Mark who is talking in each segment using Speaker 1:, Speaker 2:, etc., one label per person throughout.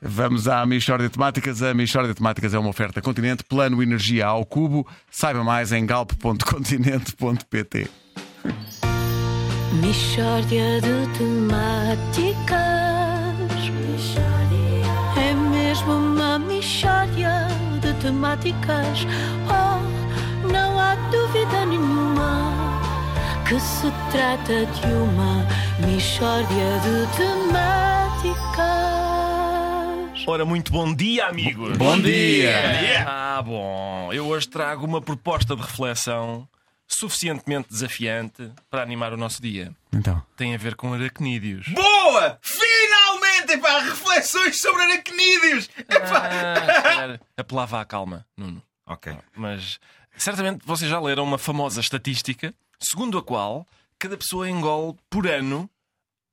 Speaker 1: Vamos à Michórdia de Temáticas. A Michórdia de Temáticas é uma oferta Continente, Plano Energia ao Cubo. Saiba mais em galp.continente.pt.
Speaker 2: Mishória de temáticas. É mesmo uma mishória de temáticas. Oh, não há dúvida nenhuma que se trata de uma mishória de temáticas.
Speaker 3: Ora, muito bom dia, amigos!
Speaker 1: Bom dia!
Speaker 3: dia! Ah, bom, eu hoje trago uma proposta de reflexão suficientemente desafiante para animar o nosso dia.
Speaker 1: Então,
Speaker 3: Tem a ver com aracnídeos.
Speaker 4: Boa! Finalmente! Epá, reflexões sobre aracnídeos! Epá.
Speaker 3: Ah, Apelava à calma, Nuno.
Speaker 4: Ok.
Speaker 3: Mas certamente vocês já leram uma famosa estatística segundo a qual cada pessoa engole por ano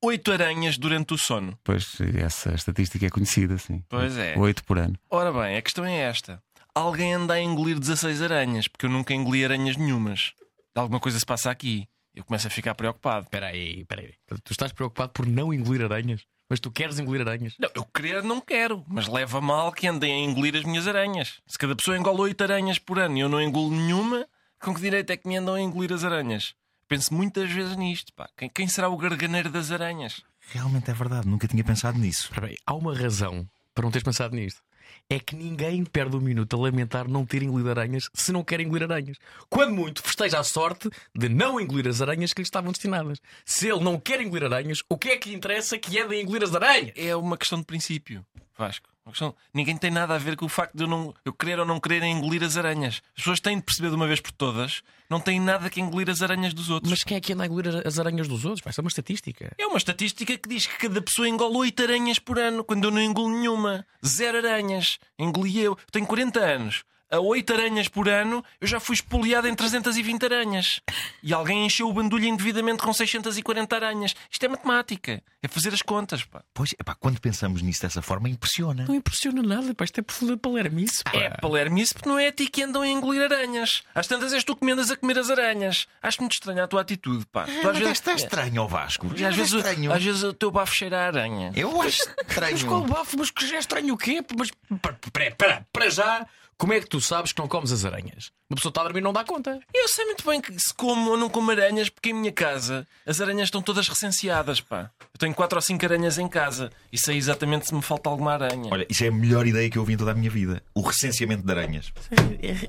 Speaker 3: oito aranhas durante o sono.
Speaker 1: pois essa estatística é conhecida, sim.
Speaker 3: Pois é.
Speaker 1: Oito por ano.
Speaker 3: Ora bem, a questão é esta. Alguém anda a engolir 16 aranhas, porque eu nunca engoli aranhas nenhumas. Alguma coisa se passa aqui. Eu começo a ficar preocupado.
Speaker 5: Espera aí, espera aí. Tu estás preocupado por não engolir aranhas? Mas tu queres engolir aranhas?
Speaker 3: Não, eu querer não quero, mas leva a mal que andem a engolir as minhas aranhas. Se cada pessoa engole oito aranhas por ano e eu não engulo nenhuma, com que direito é que me andam a engolir as aranhas? Penso muitas vezes nisto, pá. Quem, quem será o garganeiro das aranhas?
Speaker 4: Realmente é verdade, nunca tinha pensado nisso.
Speaker 5: Espera aí, há uma razão para não teres pensado nisto. É que ninguém perde um minuto a lamentar não ter engolido aranhas se não quer engolir aranhas. Quando muito, festeja a sorte de não engolir as aranhas que lhe estavam destinadas. Se ele não quer engolir aranhas, o que é que lhe interessa que é de engolir as aranhas?
Speaker 3: É uma questão de princípio, Vasco. Uma questão- Ninguém tem nada a ver com o facto de eu, não, eu querer ou não querer é engolir as aranhas. As pessoas têm de perceber de uma vez por todas, não tem nada que engolir as aranhas dos outros.
Speaker 5: Mas quem é que anda a engolir as aranhas dos outros? Vai ser uma estatística.
Speaker 3: É uma estatística que diz que cada pessoa engole 8 aranhas por ano, quando eu não engolo nenhuma. Zero aranhas. Engoli eu. Tenho 40 anos. A 8 aranhas por ano, eu já fui espoliado em 320 aranhas. E alguém encheu o bandulho indevidamente com 640 aranhas. Isto é matemática. É fazer as contas, pá.
Speaker 4: Pois, epá, quando pensamos nisso dessa forma, impressiona.
Speaker 5: Não impressiona nada, pá. Isto é profunda palermice, pá.
Speaker 3: É palermice porque não é a ti que andam a engolir aranhas. Às tantas és tu que me andas a comer as aranhas. Acho muito estranha a tua atitude, pá. Tu
Speaker 4: É, Mas está estranho ao Vasco.
Speaker 3: e às,
Speaker 4: É
Speaker 3: vezes,
Speaker 4: estranho.
Speaker 3: às vezes o teu bafo cheira a aranha.
Speaker 4: Eu acho
Speaker 5: Mas qual
Speaker 4: estranho.
Speaker 5: bafo? Mas que já é estranho o quê? Mas para, para, para, para já, como é que tu sabes que não comes as aranhas? Uma pessoa está a dormir e não dá conta.
Speaker 3: Eu sei muito bem que se como ou não como aranhas, porque em minha casa as aranhas estão todas recenseadas, pá. Eu tenho quatro ou cinco aranhas em casa e sei exatamente se me falta alguma aranha.
Speaker 4: Olha, isso é a melhor ideia que eu ouvi em toda a minha vida. O recenseamento de aranhas.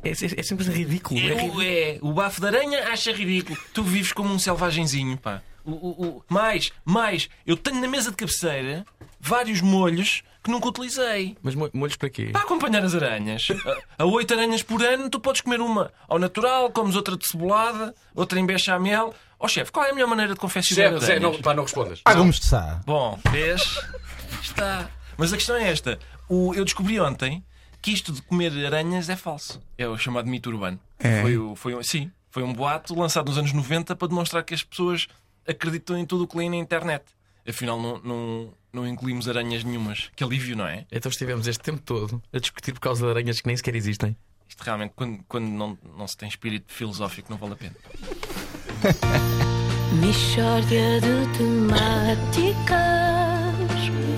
Speaker 5: É, sempre ridículo.
Speaker 3: Eu, é, o bafo de aranha acha ridículo. Tu vives como um selvagenzinho, pá. O, o- o- mais, mais, eu tenho na mesa de cabeceira vários molhos que nunca utilizei.
Speaker 5: Mas mo- molhos para quê?
Speaker 3: Para acompanhar as aranhas. A, a oito aranhas por ano, tu podes comer uma ao natural, comes outra de cebolada, outra em bechamel. Ó chefe, qual é a melhor maneira de confeccionar aranhas?
Speaker 5: pá, não respondas.
Speaker 3: Bom, vês? Está. Mas a questão é esta. O- eu descobri ontem que isto de comer aranhas é falso. É o chamado mito urbano.
Speaker 1: É.
Speaker 3: Foi, o- foi um, sim, foi um boato lançado nos anos 90 para demonstrar que as pessoas acreditam em tudo o que leem na internet. Afinal, não, não, não incluímos aranhas nenhumas. Que alívio, não é?
Speaker 5: Então estivemos este tempo todo a discutir por causa de aranhas que nem sequer existem.
Speaker 3: Isto realmente, quando, quando não, não se tem espírito filosófico, não vale a pena.
Speaker 2: Mishória de temáticas.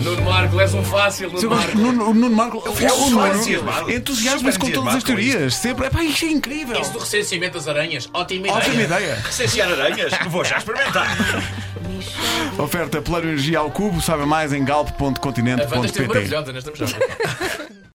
Speaker 5: Nuno Marco, és um fácil, Nuno
Speaker 1: O Nuno, o Nuno Marco é o Nuno.
Speaker 4: entusiasmado.
Speaker 1: Entusiasma-se com
Speaker 4: Super
Speaker 1: todas as
Speaker 4: entusiasmado com
Speaker 1: teorias. Sempre. Epá, isto é incrível.
Speaker 5: do recenseamento das aranhas, ótima
Speaker 1: Ótima ideia.
Speaker 4: Recensear aranhas? Vou já experimentar.
Speaker 2: Mishória
Speaker 1: Oferta Plano Energia ao Cubo. Saiba mais em galp.continente.pt.
Speaker 5: nós estamos já.